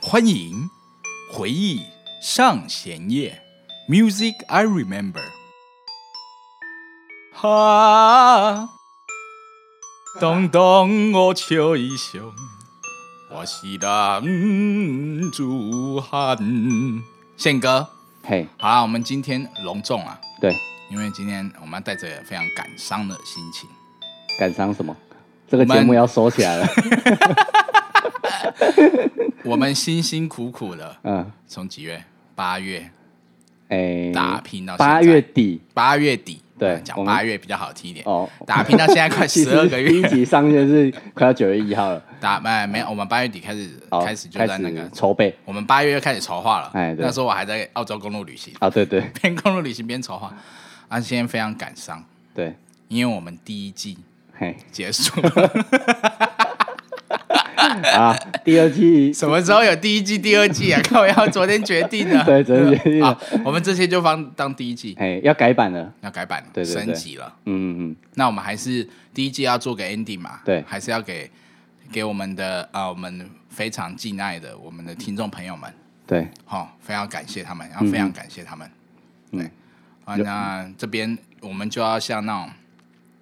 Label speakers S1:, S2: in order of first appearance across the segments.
S1: 欢迎回忆上弦夜，Music I Remember。哈，当当我笑一笑，我是男子汉。宪哥，
S2: 嘿，
S1: 好啦，我们今天隆重啊，
S2: 对，
S1: 因为今天我们要带着非常感伤的心情。
S2: 感伤什么？这个
S1: 我们
S2: 节目要收起来 了。
S1: 我们辛辛苦苦的
S2: 嗯，
S1: 从几月？八月
S2: 哎，
S1: 打拼到现在
S2: 八月底
S1: 八月底，
S2: 对
S1: 呃讲
S2: 我们
S1: 八月比较好听一点。
S2: 哦，
S1: 打拼到现在快
S2: 其
S1: 十
S2: 实
S1: 二个
S2: 第一
S1: 月，
S2: 集上线是快要九月一 号了，
S1: 打哎没有，我们八月底开始
S2: 好
S1: 开始就
S2: 开
S1: 在那个
S2: 始，筹备
S1: 我们八月就开始筹划了。
S2: 哎对
S1: 那时候我还在澳洲公路旅行，
S2: 啊，对对
S1: 边公路旅行边筹划。啊，现在非常感伤，
S2: 对，
S1: 因为我们第一季
S2: 嘿
S1: 结束，
S2: 啊，第二 季
S1: 什么时候有第一季、第二季 啊？看我要昨天决定的，
S2: 对昨天决定的
S1: 好，我们这些就放当第一季，
S2: 嘿要改版了，
S1: 要改版了，
S2: 对对对
S1: 升级了。
S2: 嗯嗯
S1: 那我们还是第一季要做个 ending 嘛，
S2: 对
S1: 还是要给给我们的啊、我们非常敬爱的我们的听众朋友们，
S2: 嗯，对，
S1: 好、非常感谢他们，要非常感谢他们。
S2: 嗯
S1: 对，啊，那这边我们就要像那种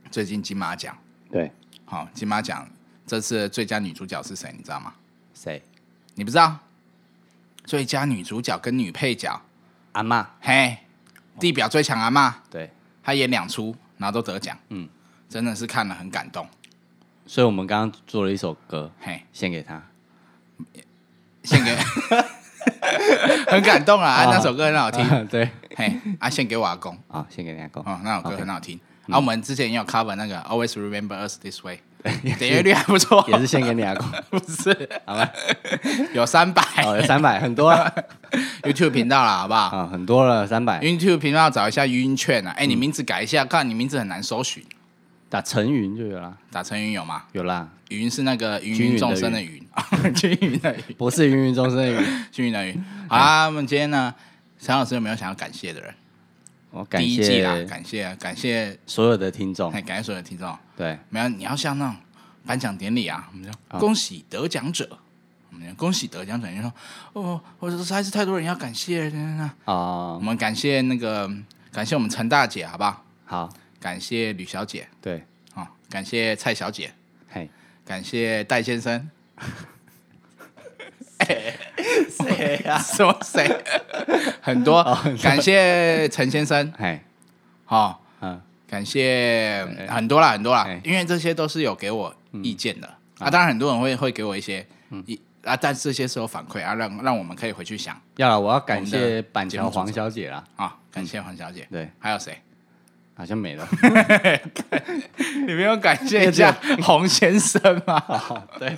S1: 最近金马奖，
S2: 对，
S1: 好、金马奖这次的最佳女主角是谁？你知道吗？
S2: 谁？
S1: 你不知道？最佳女主角跟女配角，
S2: 阿妈，
S1: 嘿，地表最强阿妈，
S2: 对，
S1: 她演两出，然后都得奖，
S2: 嗯，
S1: 真的是看了很感动，
S2: 所以我们刚刚做了一首歌
S1: 嘿。
S2: 献给他，
S1: 献给， 很感动啊！啊
S2: 啊
S1: 那首歌很好听，
S2: 对，
S1: 嘿，啊，献给我阿公
S2: 啊，献给你阿公，
S1: 哦，那首歌
S2: OK 嗯
S1: 很好听。啊，我们之前也有 cover 那个 Always Remember Us This Way，点阅率还不错，
S2: 也是献给你阿 公，
S1: 不是
S2: 好吧，
S1: 有三百
S2: 哦，有三百，很多 了
S1: YouTube 频道啦，好不好
S2: 啊，很多了，三百。
S1: ？YouTube 频道找一下晕券啊，
S2: 嗯
S1: 哎，你名字改一下，看你名字很难搜寻，
S2: 打陈云就有啦，
S1: 打陈云有吗？
S2: 有啦，
S1: 云是那个芸
S2: 均
S1: 芸
S2: 匀的
S1: 众生的芸， 均匀 的芸，
S2: 不是芸芸众生 的芸。
S1: 均匀的芸。好啊啦，我们今天呢，陈老师有没有想要感谢的人？
S2: 我感
S1: 第一季啦，
S2: 谢
S1: 感谢啊感谢，
S2: 所有的听众
S1: 哎，，感谢所有的听众。
S2: 对，
S1: 没有，你要像那种颁奖典礼啊，我们说恭喜得奖者，我们就恭喜得奖者，你说哦，我实在是太多人要感谢，我
S2: 哦，
S1: 们感谢那个感谢我们陈大姐，好不好？
S2: 好，
S1: 感谢吕小姐
S2: 对，
S1: 啊、哦感谢蔡小姐，
S2: 嘿，
S1: 感谢戴先 生，
S2: 谁呀？
S1: 什么谁？啊 哦很多，感谢陈先生，
S2: 嘿，
S1: 哦，
S2: 嗯，
S1: 感谢很多啦，很多啦
S2: 哎，
S1: 因为这些都是有给我意见的、啊。当然，很多人会会给我一些意、啊，但这些是有反馈啊，让让我们可以回去想
S2: 要了，我要感
S1: 我们
S2: 谢
S1: 的
S2: 板桥黄小姐啦，
S1: 啊。感谢黄小姐，
S2: 对，
S1: 还有谁？
S2: 好像没了，
S1: 你没有感谢一 下洪先生啊吗？
S2: 哦对，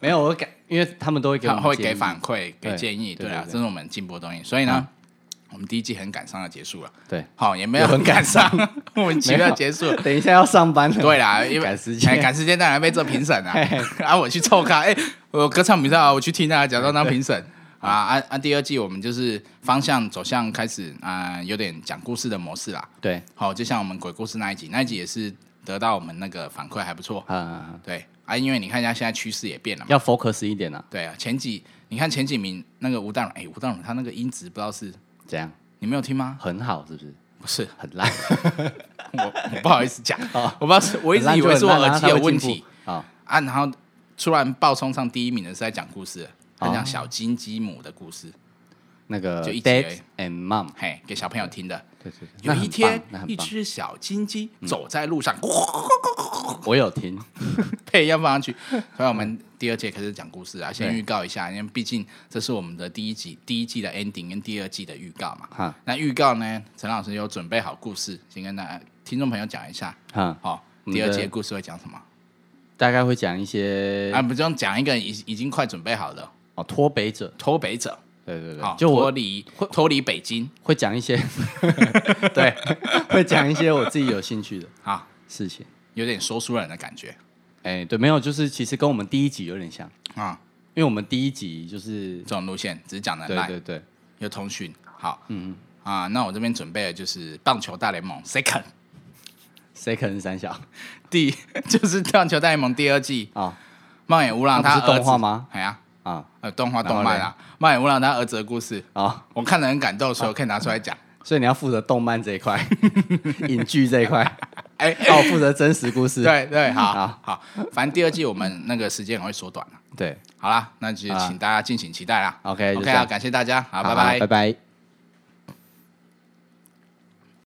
S2: 没有，我感，因为他们都会给我
S1: 他
S2: 们
S1: 会
S2: 建
S1: 给
S2: 议
S1: 反，馈、给
S2: 对
S1: 建议，
S2: 对
S1: 对嗯啊，
S2: 对对
S1: 这是我们进步的东西。所以呢，我们第一季很感伤的结束了，
S2: 对，
S1: 好，也没有
S2: 有
S1: 很
S2: 很
S1: 感
S2: 感
S1: 伤， 莫名其
S2: 没
S1: 妙
S2: 有
S1: 结束了。
S2: 等一下要上班 了，
S1: 对啦，因为
S2: 赶时间
S1: 哎赶时间当然被做评审 啊， 啊，我去凑咖，哎，我歌唱比赛啊，我去听啊，假装当评审啊，啊啊，第二季我们就是方向走向开始啊、有点讲故事的模式啦。
S2: 对，
S1: 好，就像我们鬼故事那一集，那一集也是得到我们那个反馈还不错。
S2: 啊，
S1: 对啊，因为你看一下现在趋势也变了嘛。
S2: 要 focus 一点啊，
S1: 对啊，前几你看前几名那个吴淡如，哎，吴淡如他那个音质不知道是
S2: 怎样？
S1: 你没有听吗？
S2: 很好，是不是？
S1: 不是，
S2: 很烂，
S1: 我我不好意思 讲，
S2: 哦
S1: 我不知道是， 我一直以为是我
S2: 很烂就很烂啊
S1: 耳机有问
S2: 他会
S1: 题
S2: 进。步啊，
S1: 啊，然后突然爆冲上第一名的是在讲故事，很讲
S2: 哦
S1: 小金鸡母的故事，
S2: 那个
S1: 就一集而
S2: dad
S1: 已
S2: and mom，
S1: 嘿，给小朋友听的。
S2: 对对，对
S1: 有一天
S2: 那，很
S1: 一
S2: 棒，嗯
S1: 只小金鸡走在路上，
S2: 那很棒我有听，
S1: 配要放上 去。所以我们第二届开始讲故事啊，先预告一下，因为毕竟这是我们的第一集、第一季的 ending 跟第二季的预告嘛。
S2: 哈
S1: 那预告呢，陈老师有准备好故事，先跟大家听众朋友讲一下。
S2: 哈。
S1: 好，
S2: 我们
S1: 第二
S2: 的
S1: 季的故事会讲什么？
S2: 大概会讲一些
S1: 啊，不用讲一个已已经快准备好了，
S2: 哦脱北者，
S1: 脱北者，
S2: 对对
S1: 好，
S2: 对，就
S1: 就脱
S2: 我
S1: 离脱离北京。
S2: 会讲一些， 对，会讲一些我自己有兴趣的
S1: 啊，
S2: 事情。
S1: 有点说书人的感觉
S2: 哎，对，没有，就是其实跟我们第一集有点像，
S1: 啊，
S2: 因为我们第一集就是
S1: 这种路线只是讲的
S2: 对
S1: 赖
S2: 对对，
S1: 有通讯，好，嗯啊，那我这边准备的就是棒球大联盟 second
S2: 谁可能三小
S1: 第 就是棒球大联盟第二季，
S2: 啊？
S1: 茂野乌浪
S2: 那
S1: 他
S2: 不
S1: 儿
S2: 是
S1: 子
S2: 动画吗？
S1: 哎呀，
S2: 啊
S1: 呃，动画动漫啊，漫野无郎他儿子的故事，
S2: 啊，
S1: 我看了很感动，所以我可以拿出来讲。
S2: 所以你要负责动漫这一 块，影剧这一块，
S1: 哎、
S2: 那我负责真实故事。
S1: 对对，好
S2: 嗯好
S1: 好反正第二季我们那个时间也会缩短了。
S2: 对
S1: 好啦，那就请大家敬请期待啦。
S2: ，OK，就
S1: OK
S2: 这
S1: 啊，
S2: 样，
S1: 感谢大家，好，拜
S2: 好
S1: 拜
S2: 拜。拜。